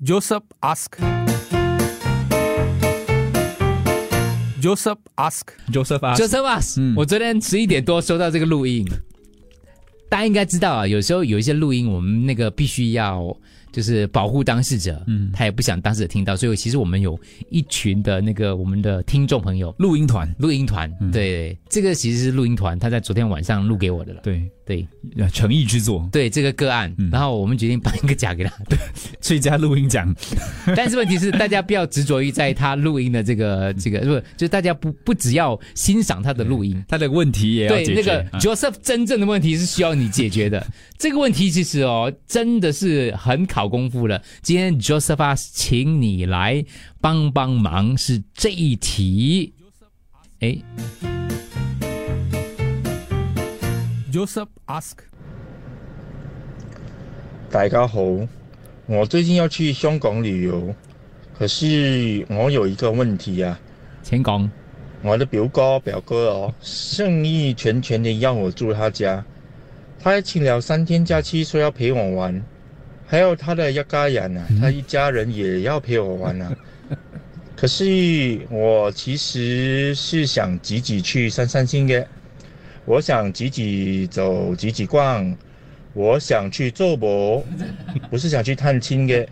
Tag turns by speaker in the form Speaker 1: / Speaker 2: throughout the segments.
Speaker 1: Joseph Ask。Joseph Ask，
Speaker 2: Joseph 啊，
Speaker 3: 就 s e b
Speaker 2: 嗯
Speaker 3: 我昨天十一点多收到这个录音，大家应该知道啊，有时候有一些录音，我们那个必须要就是保护当事者，嗯，他也不想当事者听到，所以其实我们有一群的那个我们的听众朋友。
Speaker 2: 录音团，
Speaker 3: 录音团，对，这个其实是录音团，他在昨天晚上录给我的了。
Speaker 2: 对，
Speaker 3: 对
Speaker 2: 呃诚意之作，
Speaker 3: 对，这个个案，
Speaker 2: 嗯
Speaker 3: 然后我们决定颁一个奖 给他。
Speaker 2: 最佳录音奖，
Speaker 3: 但是问题是，大家不要执着于在他录音的这个这个，不就是大家不不只要欣赏他的录音，
Speaker 2: 他的问题也要
Speaker 3: 对
Speaker 2: 解决。
Speaker 3: 那个
Speaker 2: 啊
Speaker 3: Joseph 真正的问题是需要你解决 的。这个问题其实哦，真的是很考功夫了。今天 Joseph 啊，请你来帮帮忙，是这一题。哎，
Speaker 1: Joseph Ask。
Speaker 4: 大家好，我最近要去香港旅游，可是我有一个问题啊，
Speaker 3: 请讲。
Speaker 4: 我的表哥表哥哦，盛意全全的要我住他家，他还请了三天假期说要陪我玩，还有他的一家人啊，他一家人也要陪我玩啊。可是我其实是想自己去散散心的，我想自己走自己逛，我想去做博，不是想去探亲的。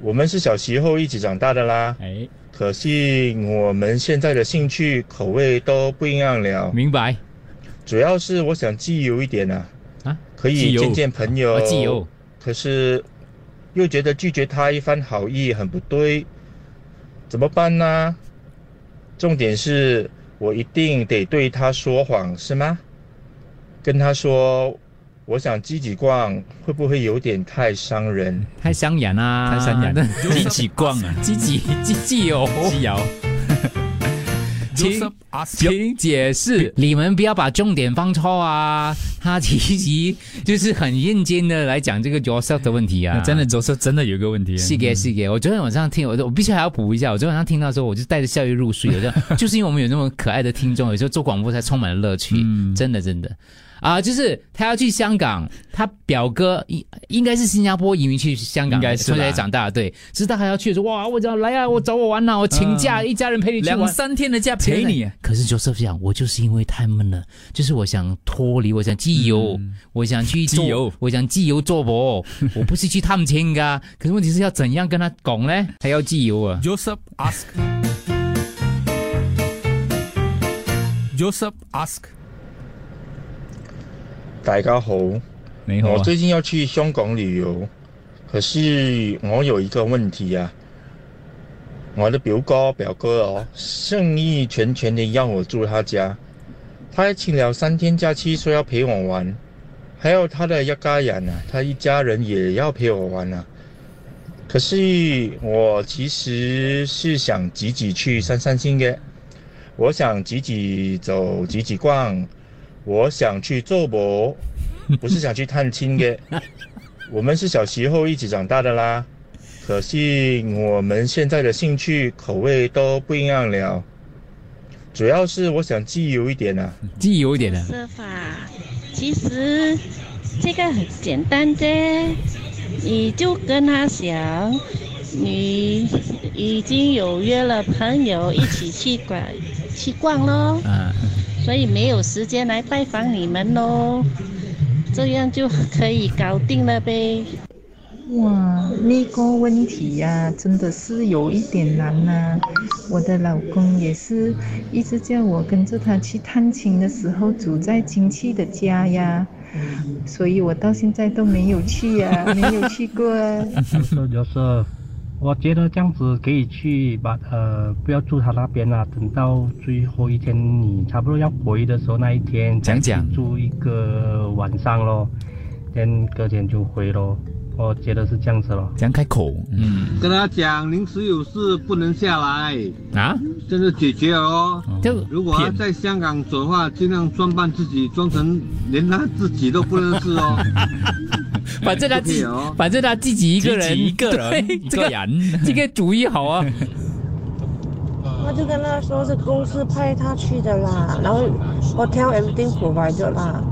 Speaker 4: 我们是小时候一起长大的啦。
Speaker 3: 哎，
Speaker 4: 可惜我们现在的兴趣口味都不一样了，
Speaker 3: 明白。
Speaker 4: 主要是我想自由一点啊，
Speaker 3: 啊
Speaker 4: 可
Speaker 2: 自
Speaker 4: 以
Speaker 2: 由
Speaker 4: 见见朋友
Speaker 3: 我，自由。
Speaker 4: 可是又觉得拒绝他一番好意很不对，怎么办呢？重点是我一定得对他说谎是吗？跟他说我想自己逛，会不会有点太伤人？
Speaker 3: 太伤人啦，
Speaker 2: 潘三阳 一起逛啊，
Speaker 3: 自己自己哦。
Speaker 2: 基瑶，
Speaker 3: 请
Speaker 1: Joseph Ask。
Speaker 3: 请解释，你们不要把重点放错啊！他其实就是很认真的来讲这个 yourself 的问 题啊，
Speaker 2: 那真的 Joseph 真的有一个问题，
Speaker 3: 是给是给，我昨天晚上听，我我必须还要补一下。我昨天晚上听到的时候，我就带着笑意入睡。我就就是因为我们有那么可爱的听众，有时候做广播才充满了乐趣，
Speaker 2: 嗯
Speaker 3: 真的真的啊！就是他要去香港，他表哥应应该是新加坡移民去香港，
Speaker 2: 应该是啦
Speaker 3: 从小长大，对，知道他要去的时候，哇，我讲来啊，我找我玩呐、我请假，一家人陪你去
Speaker 2: 嗯两
Speaker 3: 玩。
Speaker 2: 三天的假陪你，
Speaker 3: 可是 Joseph 讲，我就是因为太闷了，就是我想脱离，我想自由，我想去
Speaker 2: 嗯
Speaker 3: 做
Speaker 2: 自由
Speaker 3: 我想自由 做博，我不是去探亲噶。可是问题是要怎样跟他讲呢？还要自由啊！
Speaker 1: Joseph Ask。Joseph Ask。
Speaker 4: 大家好，
Speaker 2: 你好
Speaker 4: 我
Speaker 2: 啊，
Speaker 5: 哦
Speaker 4: 哦最近要去香港旅游，可是我有一个问题啊，我的表哥表哥哦，盛意全全的要我住他家，他还请了三天假期说要陪我玩，还有他的一家人啊，他一家人也要陪我玩啊。可是我其实是想自己去散散心的，我想自己走自己逛，我想去做博。不是想去探 亲的。我们是小时候一起长大的啦，可惜我们现在的兴趣口味都不一样了。主要是我想自由一点啊。
Speaker 3: 自由一点的、
Speaker 6: 设法，其实这个很简单啫，你就跟他讲，你已经有约了朋友一起去逛去逛咯，
Speaker 3: 啊，
Speaker 6: 所以没有时间来拜访你们咯，这样就可以搞定了呗。
Speaker 7: 哇，呢、个问题呀、真的是有一点难呐、我的老公也是一直叫我跟着他去探亲的时候住在亲戚的家呀，所以我到现在都没有去呀、 没有去过啊。
Speaker 8: 就是就是，我觉得这样子可以去把呃，不要住他那边啦、等到最后一天你差不多要回的时候那一天，
Speaker 2: 讲讲
Speaker 8: 住一个晚上咯，then 隔天就回咯。我觉得是这样子咯。
Speaker 2: 讲开口，嗯
Speaker 9: 跟他讲临时有事不能下来，
Speaker 3: 啊，
Speaker 9: 这是解决哦。
Speaker 2: 嗯
Speaker 3: 就
Speaker 9: 如果他
Speaker 2: 骗
Speaker 9: 在香港走的话，尽量装扮自己，装成连他自己都不认识哦。
Speaker 3: 反正他自己
Speaker 9: 不可以哦，
Speaker 3: 反正他自己一个人，
Speaker 2: 自己一个人，
Speaker 3: 对
Speaker 2: 一
Speaker 3: 这
Speaker 2: 个
Speaker 3: 个
Speaker 2: 人，
Speaker 3: 这个主意好 啊，
Speaker 10: 我就跟 他说是公司派他去的啦，然后 hotel everything provided 啦，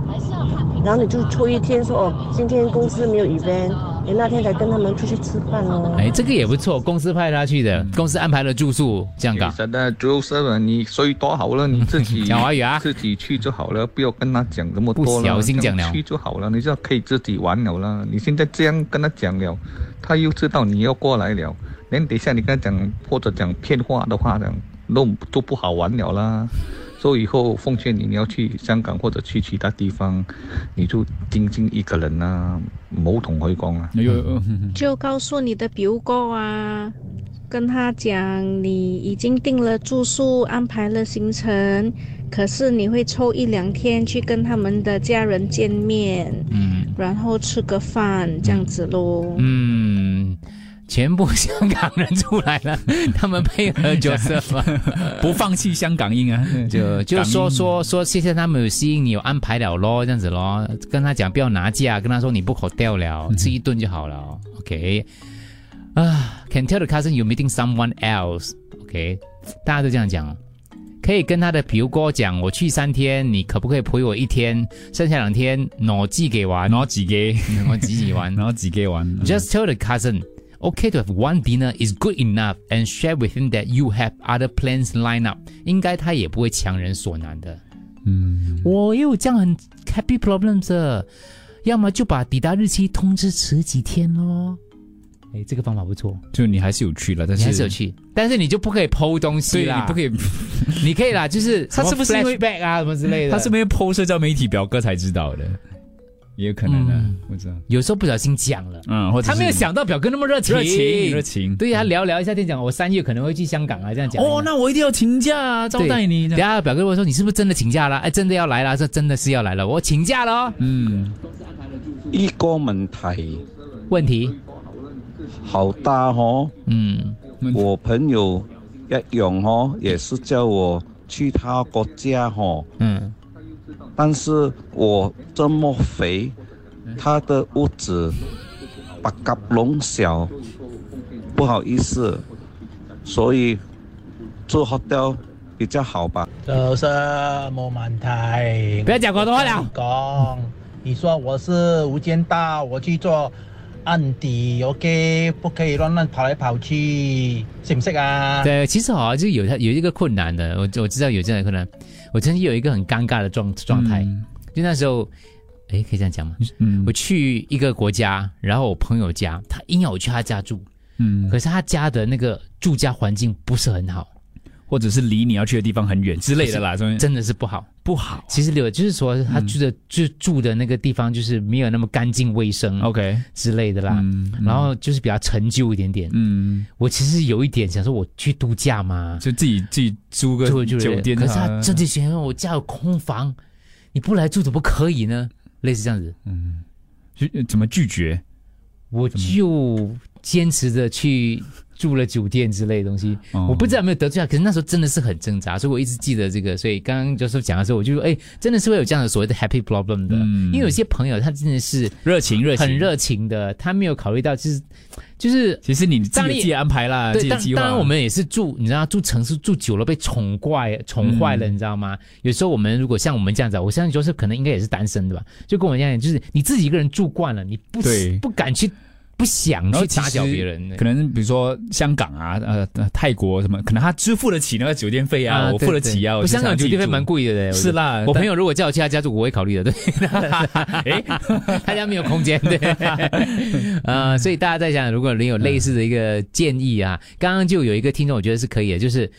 Speaker 10: 然后你就抽一天说哦，今天公司没有 event，也那天才跟他们出去吃饭哦。
Speaker 3: 哎，这个也不错，公司派他去
Speaker 2: 嗯
Speaker 3: 的，公司安排了住宿，香港
Speaker 5: 其。实呢 j o s e 你睡多好了，你自 己
Speaker 3: 讲华语啊
Speaker 5: 自己去就好了，不要跟他讲那么多
Speaker 3: 不
Speaker 5: 了，
Speaker 3: 小心讲了
Speaker 5: 这样去就好了，你就可以自己玩了啦。你现在这样跟他讲了，他又知道你要过来了，连等一下你跟他讲或者讲骗话的话讲，都都不好玩了啦。所以以后奉劝你，你要去香港或者去其他地方，你就静静一个人啦，唔好同佢讲啊啦。
Speaker 2: 哎呦，嗯
Speaker 11: 就告诉你的表哥啊，跟他讲你已经订了住宿，安排了行程，可是你会抽一两天去跟他们的家人见面，
Speaker 3: 嗯
Speaker 11: 然后吃个饭这样子咯。
Speaker 3: 嗯，全部香港人出来了，他们配合角色嘛，
Speaker 2: 不放弃香港音啊，
Speaker 3: 就就
Speaker 2: 港音
Speaker 3: 说说说谢谢他们有吸引你，有安排了咯，这样子咯，跟他讲不要拿价，跟他说你不口掉了，吃一顿就好了。OK，啊、c a n tell the cousin you meeting someone else。OK，大家都这样讲哦。可以跟他的表哥讲，我去三天，你可不可以陪我一天？剩下两天我自己玩，
Speaker 2: 然后自己，
Speaker 3: 我自己玩。
Speaker 2: 然后自己玩。
Speaker 3: Just tell the cousin, okay to have one dinner is good enough, and share with him that you have other plans lined up。应该他也不会强人所难的。
Speaker 2: 嗯，
Speaker 3: 我也有这样很 happy problems，的要么就把抵达日期通知迟几天咯。哎，这个方法不错，
Speaker 2: 就你还是有去了，但
Speaker 3: 你
Speaker 2: 是
Speaker 3: 还是有去，但是你就不可以剖东西
Speaker 2: 对
Speaker 3: 啦，
Speaker 2: 你不可
Speaker 3: 以，
Speaker 2: 以，
Speaker 3: 你可以 啦，就是
Speaker 2: 他是不是因为
Speaker 3: back 啊什么之类的，
Speaker 2: 他是不是剖社交媒体表哥才知道的？也有可能的
Speaker 3: 嗯，
Speaker 2: 我知道。
Speaker 3: 有时候不小心讲了，
Speaker 2: 嗯，或者
Speaker 3: 他没有
Speaker 2: 是
Speaker 3: 想到表哥那么热情，
Speaker 2: 热情热情。
Speaker 3: 对呀、聊聊一下天讲，我三月可能会去香港啊，这样讲。
Speaker 2: 哦，那我一定要请假啊，招待你的。
Speaker 3: 等一下表哥会说你是不是真的请假了？哎，真的要来了，这真的是要来了，我请假了哦。
Speaker 2: 嗯，
Speaker 12: 呢個問題
Speaker 3: 问题，
Speaker 12: 好大哦，
Speaker 3: 嗯，
Speaker 12: 我朋友一樣哦，也是叫我去他國家哦，
Speaker 3: 嗯，
Speaker 12: 但是我這麼肥，
Speaker 2: 嗯
Speaker 12: 他的屋子八甲龍小，不好意思，所以住 hotel 比較好吧。
Speaker 8: 早呃上冇问题
Speaker 3: 不要讲广东话了。
Speaker 8: 讲，你说我是无间道，我去做案底，OK，不可以乱乱跑来跑去，识唔识啊？
Speaker 3: 对，其实好像就有他有一个困难的，我我知道有这样的困难。我曾经有一个很尴尬的状状态，就那时候，哎，可以这样讲吗？
Speaker 2: 嗯，
Speaker 3: 我去一个国家，然后我朋友家，他硬要我去他家住，
Speaker 2: 嗯，
Speaker 3: 可是他家的那个住家环境不是很好，
Speaker 2: 或者是离你要去的地方很远之类的啦，这
Speaker 3: 真的是不好。
Speaker 2: 不好。
Speaker 3: 其实有就是说，
Speaker 2: 嗯
Speaker 3: 他住的、就住的那个地方就是没有那么干净卫生
Speaker 2: OK，
Speaker 3: 之类的啦，
Speaker 2: 嗯嗯
Speaker 3: 然后就是比较陈旧一点点。
Speaker 2: 嗯，
Speaker 3: 我其实有一点想说，我去度假嘛，
Speaker 2: 就自己自己租个
Speaker 3: 住就
Speaker 2: 酒店啊，
Speaker 3: 可是他这就嫌我家有空房，你不来住怎么可以呢？类似这样子，
Speaker 2: 就怎么拒绝？
Speaker 3: 我就坚持着去住了酒店之类的东西。
Speaker 2: 哦
Speaker 3: 我不知道有没有得罪他，可是那时候真的是很挣扎，所以我一直记得这个。所以刚刚就是讲的时候，我就说，哎，真的是会有这样的所谓的 happy problem 的，
Speaker 2: 嗯
Speaker 3: 因为有些朋友他真的是
Speaker 2: 热情热情，
Speaker 3: 很。热情的，他没有考虑到就是就是
Speaker 2: 其实你自
Speaker 3: 当
Speaker 2: 己有
Speaker 3: 然
Speaker 2: 自己的安排啦，自
Speaker 3: 对，
Speaker 2: 己的
Speaker 3: 当
Speaker 2: 计划。
Speaker 3: 当然我们也是住，你知道住城市住久了被宠怪宠坏
Speaker 2: 嗯
Speaker 3: 了，你知道吗？有时候我们如果像我们这样子啊，我相信 Joseph 可能应该也是单身对吧？就跟我一样，就是你自己一个人住惯了，你不
Speaker 2: 对
Speaker 3: 不敢去不想
Speaker 2: 然后
Speaker 3: 去
Speaker 2: 其
Speaker 3: 打搅
Speaker 2: 实
Speaker 3: 别人，
Speaker 2: 可能比如说香港啊，呃，呃泰国什么，可能他支付得起那个酒店费啊，我
Speaker 3: 对
Speaker 2: 付得
Speaker 3: 对
Speaker 2: 起啊。我
Speaker 3: 我
Speaker 2: 就
Speaker 3: 香港
Speaker 2: 想自己
Speaker 3: 酒店费
Speaker 2: 住
Speaker 3: 蛮贵的嘞，我
Speaker 2: 是啦呃
Speaker 3: 觉得
Speaker 2: 但
Speaker 3: 我朋友如果叫我去他家住，我会考虑 的，对，
Speaker 2: 哎，
Speaker 3: 他家没有空间，对，呃，所以大家在想，如果你有类似的一个建议啊，刚刚就有一个听众，我觉得是可以的，就是。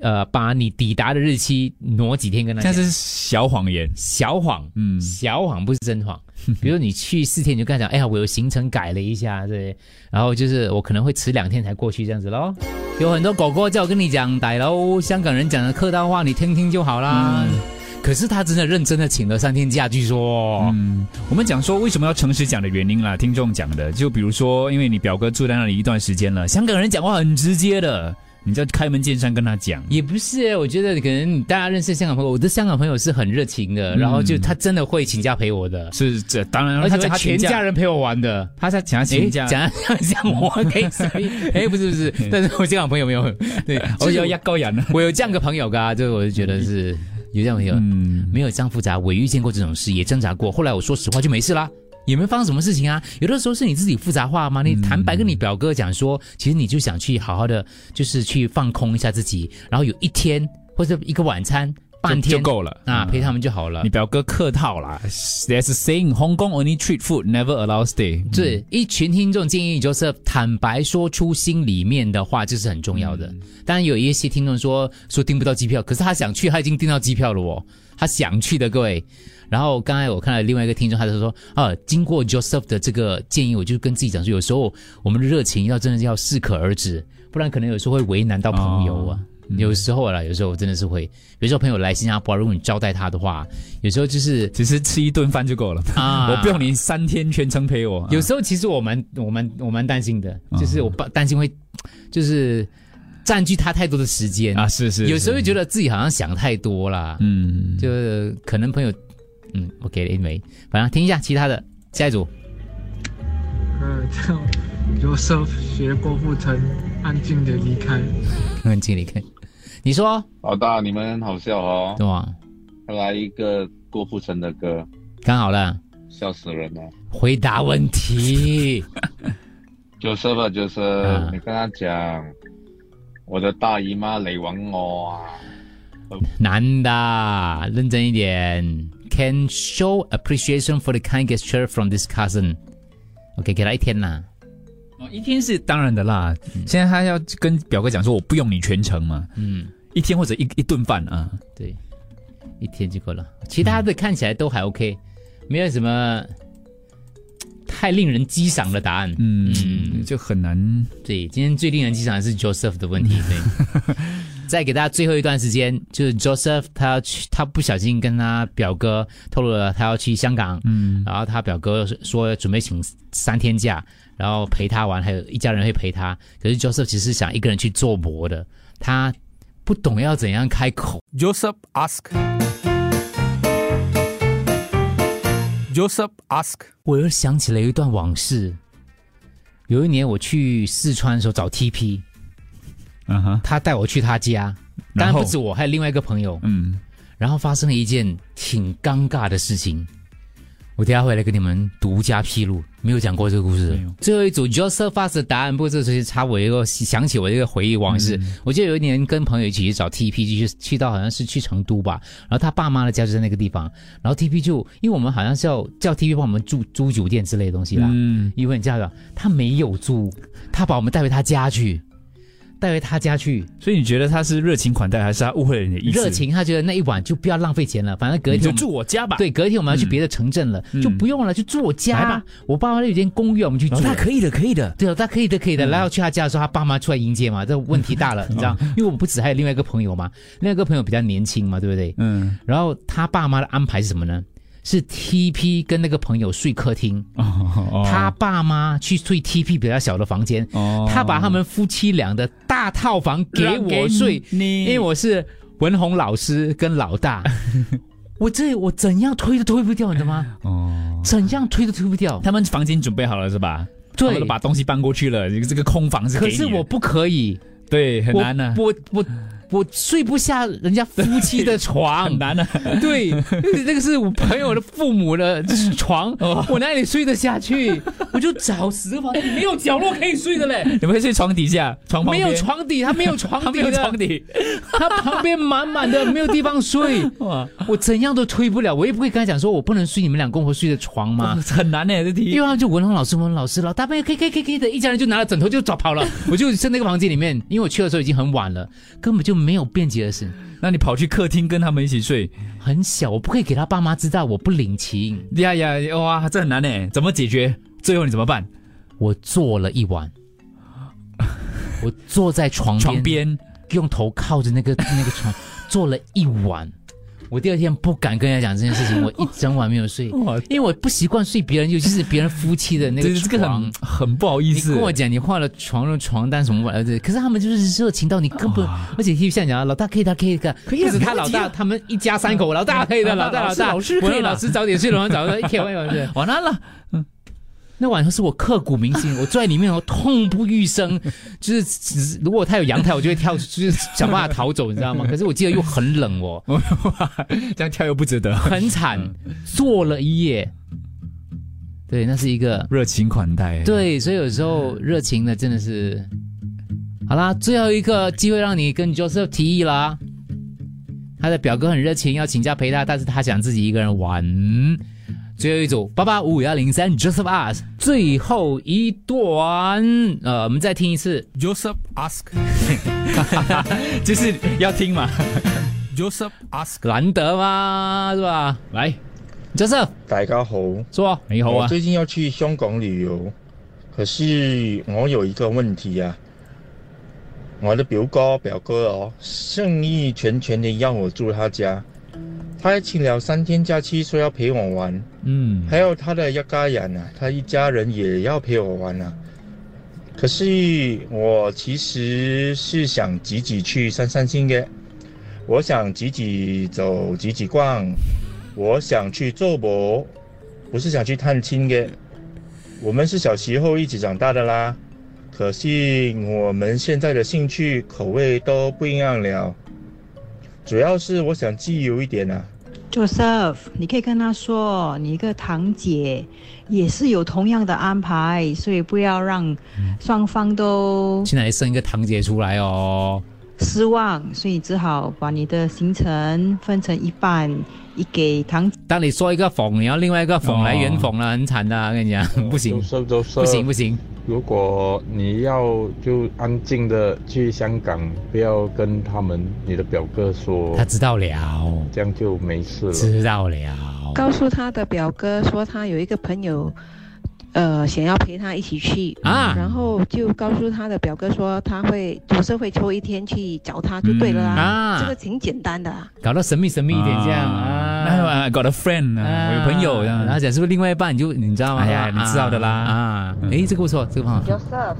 Speaker 3: 呃，把你抵达的日期挪几天跟他讲
Speaker 2: 但，是小谎言。
Speaker 3: 小谎，
Speaker 2: 嗯
Speaker 3: 小谎不是真谎。比如你去四天，你就跟他讲，哎呀，我有行程改了一下，对，然后就是我可能会迟两天才过去这样子咯。有很多狗狗叫我跟你讲，歹喽，香港人讲的客套话，你听听就好啦。
Speaker 2: 嗯
Speaker 3: 可是他真的认真的请了三天假，据说，
Speaker 2: 嗯，我们讲说为什么要诚实讲的原因啦，听众讲的，就比如说，因为你表哥住在那里一段时间了，香港人讲话很直接的，你就要开门见山跟他讲。
Speaker 3: 也不是，我觉得可能大家认识香港朋友，我的香港朋友是很热情的，然后
Speaker 2: 嗯
Speaker 3: 就他真的会请假陪我的，
Speaker 2: 是这当然，
Speaker 3: 而
Speaker 2: 他
Speaker 3: 且会
Speaker 2: 讲他
Speaker 3: 全
Speaker 2: 请
Speaker 3: 家
Speaker 2: 假，
Speaker 3: 人陪我玩的。
Speaker 2: 他在讲他
Speaker 3: 诶
Speaker 2: 请假，嗯
Speaker 3: 讲讲讲我可以随 意，哎，不是不是，但是我香港朋友没有，对，
Speaker 2: 我
Speaker 3: 就是
Speaker 2: 有一個人啊。
Speaker 3: 我有这样个朋友噶，这个我就觉得是有这样朋友，
Speaker 2: 嗯，
Speaker 3: 没有这样复杂。我也遇见过这种事，也挣扎过。后来我说实话就没事啦，也没发生什么事情啊。有的时候是你自己复杂化嘛。你
Speaker 2: 嗯
Speaker 3: 坦白跟你表哥讲说，其实你就想去好好的，就是去放空一下自己，然后有一天或者一个晚餐。半天
Speaker 2: 就够了嗯
Speaker 3: 啊，陪他们就好了。
Speaker 2: 你表哥客套啦，There's a saying Hong Kong only treat food, never allow stay。嗯
Speaker 3: 对，一群听众建议 Joseph 坦白说出心里面的话，这是很重要的。当然有一些听众说说订不到机票，可是他想去，他已经订到机票了哦，他想去的各位。然后刚才我看到另外一个听众，他就说啊，经过 Joseph 的这个建议，我就跟自己讲说，有时候我们的热情要真的要适可而止，不然可能有时候会为难到朋友啊。有时候啦，有时候我真的是会，比如说朋友来新加坡，如果你招待他的话，有时候就是
Speaker 2: 其实吃一顿饭就够了
Speaker 3: 啊，
Speaker 2: 我不用你三天全程陪我。
Speaker 3: 有时候其实我蛮我蛮我蛮担心的，
Speaker 2: 嗯
Speaker 3: 就是我担担心会就是占据他太多的时间
Speaker 2: 啊，是是是
Speaker 3: 有时候会觉得自己好像想太多啦，
Speaker 2: 嗯，
Speaker 3: 就是可能朋友，嗯，OK，anyway，、反正听一下其他的，下一组
Speaker 13: 呃，叫 Joseph 学郭富城，安静的离开。
Speaker 3: 很经理看，你说哦
Speaker 14: 老大，你们好笑哦！
Speaker 3: 对吗？
Speaker 14: 来一个郭富城的歌，
Speaker 3: 刚好了，
Speaker 14: 笑死人了。
Speaker 3: 回答问 题，啊
Speaker 14: 就是吧，就是、啊
Speaker 2: 呃
Speaker 14: 你跟他讲，我的大姨妈嚟揾我啊！
Speaker 3: 男的，认真一点。Can show appreciation for the kind gesture from this cousin. OK，给他一天啦。
Speaker 2: 哦一天是当然的啦，现在他要跟表哥讲说，我不用你全程嘛，
Speaker 3: 嗯，
Speaker 2: 一天或者一一顿饭啊，
Speaker 3: 对，一天就够了。其他的看起来都还 OK，、没有什么太令人激赏的答案。
Speaker 2: 嗯，就很难。
Speaker 3: 对，今天最令人激赏的是 Joseph 的问题。对，再给大家最后一段时间，就是 Joseph 他要去，他不小心跟他表哥透露了他要去香港，
Speaker 2: 嗯
Speaker 3: 然后他表哥说准备请三天假，然后陪他玩，还有一家人会陪他。可是 Joseph 其实想一个人去做博的，他不懂要怎样开口。
Speaker 1: Joseph ask. Joseph ask.
Speaker 3: 我又想起了一段往事。有一年我去四川的时候找 TP，
Speaker 2: 嗯哼，
Speaker 3: 他带我去他家，当
Speaker 2: 然
Speaker 3: 然
Speaker 2: 后
Speaker 3: 不止我，还有另外一个朋友，
Speaker 2: 嗯，
Speaker 3: 然后发生了一件挺尴尬的事情，我等一下回来跟你们独家披露，没有讲过这个故事。最后一组 Joseph Fast 的答案，不过这是插我一个想起我一个回忆往事。
Speaker 2: 嗯
Speaker 3: 我记得有一年跟朋友一起去找 TP，去去到好像是去成都吧，然后他爸妈的家就在那个地方，然后 TP 就因为我们好像是要叫 TP 帮我们住租酒店之类的东西啦，
Speaker 2: 嗯，
Speaker 3: 因为你知道吧他没有租，他把我们带回他家去。带回他家去，
Speaker 2: 所以你觉得他是热情款待，还是他误会了你的意思？
Speaker 3: 热情，他觉得那一晚就不要浪费钱了，反正隔一天
Speaker 2: 你就住我家吧嗯
Speaker 3: 对，隔一天我们要去别的城镇了，就不用了，就住我
Speaker 2: 来
Speaker 3: 家
Speaker 2: 吧。
Speaker 3: 我爸妈那有间公寓，我们去住。
Speaker 2: 老大可以的可以的。
Speaker 3: 对，老啊大可以的，可以
Speaker 2: 嗯
Speaker 3: 的。然后去他家的时候，他爸妈出来迎接嘛，这问题 大了，你
Speaker 2: 哦
Speaker 3: 知道？因为我不止还有另外一个朋友嘛，另外一个朋友比较年轻嘛，对不对？
Speaker 2: 嗯。
Speaker 3: 然后他爸妈的安排是什么呢？是 TP 跟那个朋友睡客厅，
Speaker 2: 哦
Speaker 3: 他爸妈去睡 TP 比较小的房间，
Speaker 2: 哦
Speaker 3: 他把他们夫妻俩的大套房给我睡
Speaker 2: 让给，你
Speaker 3: 因为我是文宏老师跟 老大，我这我怎样推都推不掉，你知道吗？
Speaker 2: 哦，
Speaker 3: 怎样推都推不掉。
Speaker 2: 他们房间准备好了是吧？
Speaker 3: 对
Speaker 2: 他们都把东西搬过去了，这个这个空房是给
Speaker 3: 可
Speaker 2: 你的
Speaker 3: 是我不可以，
Speaker 2: 对，很难啊呢、
Speaker 3: 我我我我睡不下人家夫妻的床，很
Speaker 2: 难啊。
Speaker 3: 对，那个是我朋友的父母的床，我哪里睡得下去？我就找十个房间，没有角落可以睡的嘞。
Speaker 2: 你们会睡床底下，床旁
Speaker 3: 没
Speaker 2: 边
Speaker 3: 有床底，他没有床
Speaker 2: 他
Speaker 3: 底
Speaker 2: 没有
Speaker 3: 的，
Speaker 2: 床底，
Speaker 3: 他旁边满满的，没有地方睡。我怎样都推不了，我也不会跟他讲说，我不能睡你们俩公婆睡的床嘛，
Speaker 2: 很难呢、这题。
Speaker 3: 因为他们就文龙老师、文龙老师，老大半夜 K K K K 的，一家人就拿了枕头就找跑了，我就剩那个房间里面，因为我去的时候已经很晚了，根本就没有便捷的事。
Speaker 2: 那你跑去客厅跟他们一起睡，
Speaker 3: 很小，我不可以给他爸妈知道我不领情。
Speaker 2: 呀呀，哇，这很难呢、欸怎么解决？最后你怎么办？
Speaker 3: 我坐了一 晚，我坐在床边
Speaker 2: 床边，
Speaker 3: 用头靠着那个 那个床坐了一晚。我第二天不敢跟人家讲这件事 情，我一整晚没有睡，因为我不习惯睡别人，尤其是别人夫妻的那个
Speaker 2: 对
Speaker 3: 床。
Speaker 2: 这个很很不好意思。
Speaker 3: 你跟我讲，你换了床用床 单什么玩意儿？可是他们就是热情到你根本，而且 T 像讲啊老大可以的，可以的，
Speaker 2: 以啊
Speaker 3: 不止他
Speaker 2: 没
Speaker 3: 老
Speaker 2: 问题啊
Speaker 3: 大，他们一家三口，老大可以的，
Speaker 2: 老
Speaker 3: 老
Speaker 2: 大
Speaker 3: 大
Speaker 2: 老师
Speaker 3: 大，
Speaker 2: 老师可以
Speaker 3: 我让
Speaker 2: 了
Speaker 3: 老师早点睡，然后早上一天晚上
Speaker 2: 完了了。
Speaker 3: 那晚上是我刻骨铭心，我坐在里面我痛不欲生， 就是只如果他有阳台，我就会跳，就是想办法逃走，你知道吗？可是我记得又很冷哦，
Speaker 2: 这样跳又不值得。
Speaker 3: 很惨，坐了一夜，对，那是一个
Speaker 2: 热情款待。
Speaker 3: 对，所以有时候热情的真的是，好啦，最后一个机会让你跟 Joseph 提议啦。他的表哥很热情，要请假陪他，但是他想自己一个人玩。最后一组八八五五幺零三 Joseph ask 最后一段，呃，我们再听一次
Speaker 1: Joseph
Speaker 2: 啊
Speaker 1: ask，
Speaker 2: 就是要听嘛
Speaker 1: Joseph ask，
Speaker 3: 难得嘛，是吧？来，Joseph，
Speaker 4: 大家好，
Speaker 3: 说你好
Speaker 4: 我
Speaker 3: 啊，
Speaker 4: 最近要去香港旅游，可是我有一个问题啊，我的表哥表哥哦，盛意全全的要我住他家，他还请了三天假期说要陪我玩，
Speaker 2: 嗯，
Speaker 4: 还有他的一家人啊，他一家人也要陪我玩啊。可是我其实是想自己去散散心的，我想自己走、自己逛，我想去做博，不是想去探亲的。我们是小时候一起长大的啦，可是我们现在的兴趣口味都不一样了。主要是我想自由一点啊，
Speaker 15: Joseph，你可以跟他说，你一个堂姐也是有同样的安排，所以不要让双方都
Speaker 3: 去哪里生一个堂姐出来哦？
Speaker 15: 失望，所以只好把你的行程分成一半，一给堂姐。
Speaker 3: 当你说一个讽，然后另外一个讽来圆讽了，很惨的、我跟你讲，不行，不行不行。
Speaker 16: 如果你要就安静的去香港，不要跟他们你的表哥说，
Speaker 3: 他知道了，
Speaker 16: 这样就没事了。
Speaker 3: 知道了，
Speaker 17: 告诉他的表哥说他有一个朋友，呃，想要陪他一起去
Speaker 3: 啊，
Speaker 17: 然后就告诉他的表哥说他会总是会抽一天去找他就对了
Speaker 3: 嗯啊
Speaker 17: 这个挺简单的啊。
Speaker 3: 搞到神秘神秘一点这样啊。
Speaker 2: 啊，got a friend 啊，我有朋友这样，
Speaker 3: 然后讲是不是另外一半你就你知道吗？
Speaker 2: 哎呀
Speaker 3: 说啊
Speaker 2: 你知道的啦
Speaker 3: 啊，哎，这个不错，这个方法。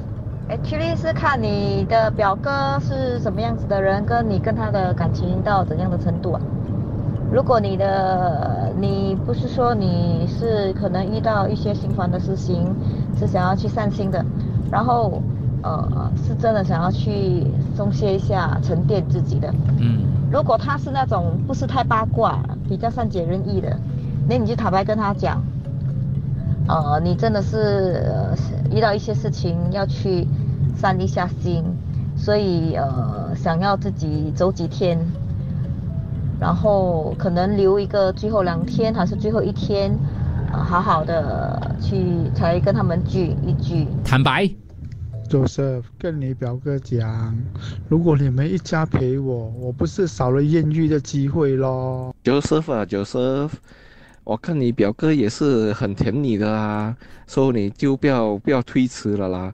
Speaker 18: Joseph，actually 是看你的表哥是什么样子的人，跟你跟他的感情到怎样的程度啊？如果你的你不是说你是可能遇到一些心烦的事情，是想要去散心的，然后呃是真的想要去松懈一下、沉淀自己的，
Speaker 3: 嗯，
Speaker 18: 如果他是那种不是太八卦、比较善解人意的，那你就坦白跟他讲，呃，你真的是、呃、遇到一些事情要去散一下心，所以呃想要自己走几天，然后可能留一个最后两天还是最后一天，呃、好好的去才跟他们聚一聚。
Speaker 3: 坦白，
Speaker 19: Joseph 跟你表哥讲，如果你们一家陪我，我不是少了艳遇的机会咯。
Speaker 20: Joseph 啊，Joseph，我看你表哥也是很疼你的啊，所以你就不要不要推迟了啦。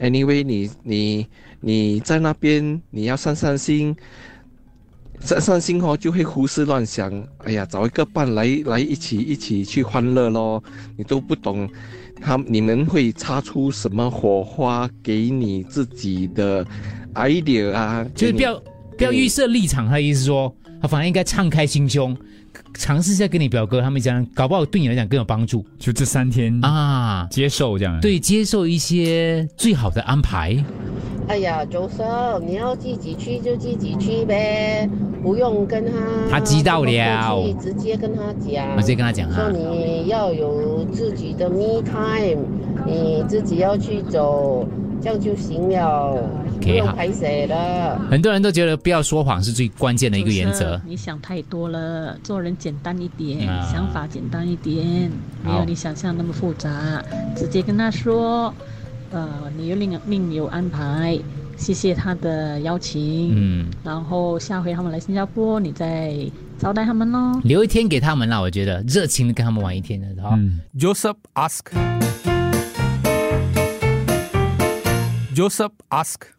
Speaker 20: Anyway，你你你在那边你要散散心，散散心哦，就会胡思乱想。哎呀，找一个伴来来一起一起去欢乐咯。你都不懂，他你们会擦出什么火花给你自己的 idea 啊？
Speaker 3: 就
Speaker 20: 给
Speaker 3: 是
Speaker 20: 你
Speaker 3: 不要不要预设立场。他的意思说，他反而应该敞开心胸，尝试一下跟你表哥他们讲，搞不好对你来讲更有帮助。
Speaker 2: 就这三天
Speaker 3: 啊，
Speaker 2: 接受这样。
Speaker 3: 对，接受一些最好的安排。
Speaker 21: 哎呀，周生，你要自己去就自己去呗，不用跟他。
Speaker 3: 他知道了
Speaker 21: 不客气直接跟他讲。
Speaker 3: 我直接跟他讲啊
Speaker 21: 说你要有自己的 me time，你自己要去走，这样就行了，不
Speaker 3: OK，
Speaker 21: 用
Speaker 3: 好
Speaker 21: 排谁了。
Speaker 3: 很多人都觉得不要说谎是最关键的一个原则。
Speaker 22: 你想太多了，做人简单一点，
Speaker 3: 啊
Speaker 22: 想法简单一点，没
Speaker 3: 好
Speaker 22: 有你想象那么复杂。直接跟他说，呃，你有另另有安排，谢谢他的邀请，
Speaker 3: 嗯，
Speaker 22: 然后下回他们来新加坡，你再招待他们喽。
Speaker 3: 留一天给他们啦，我觉得热情的跟他们玩一天的，好。
Speaker 1: Joseph ask. Joseph ask.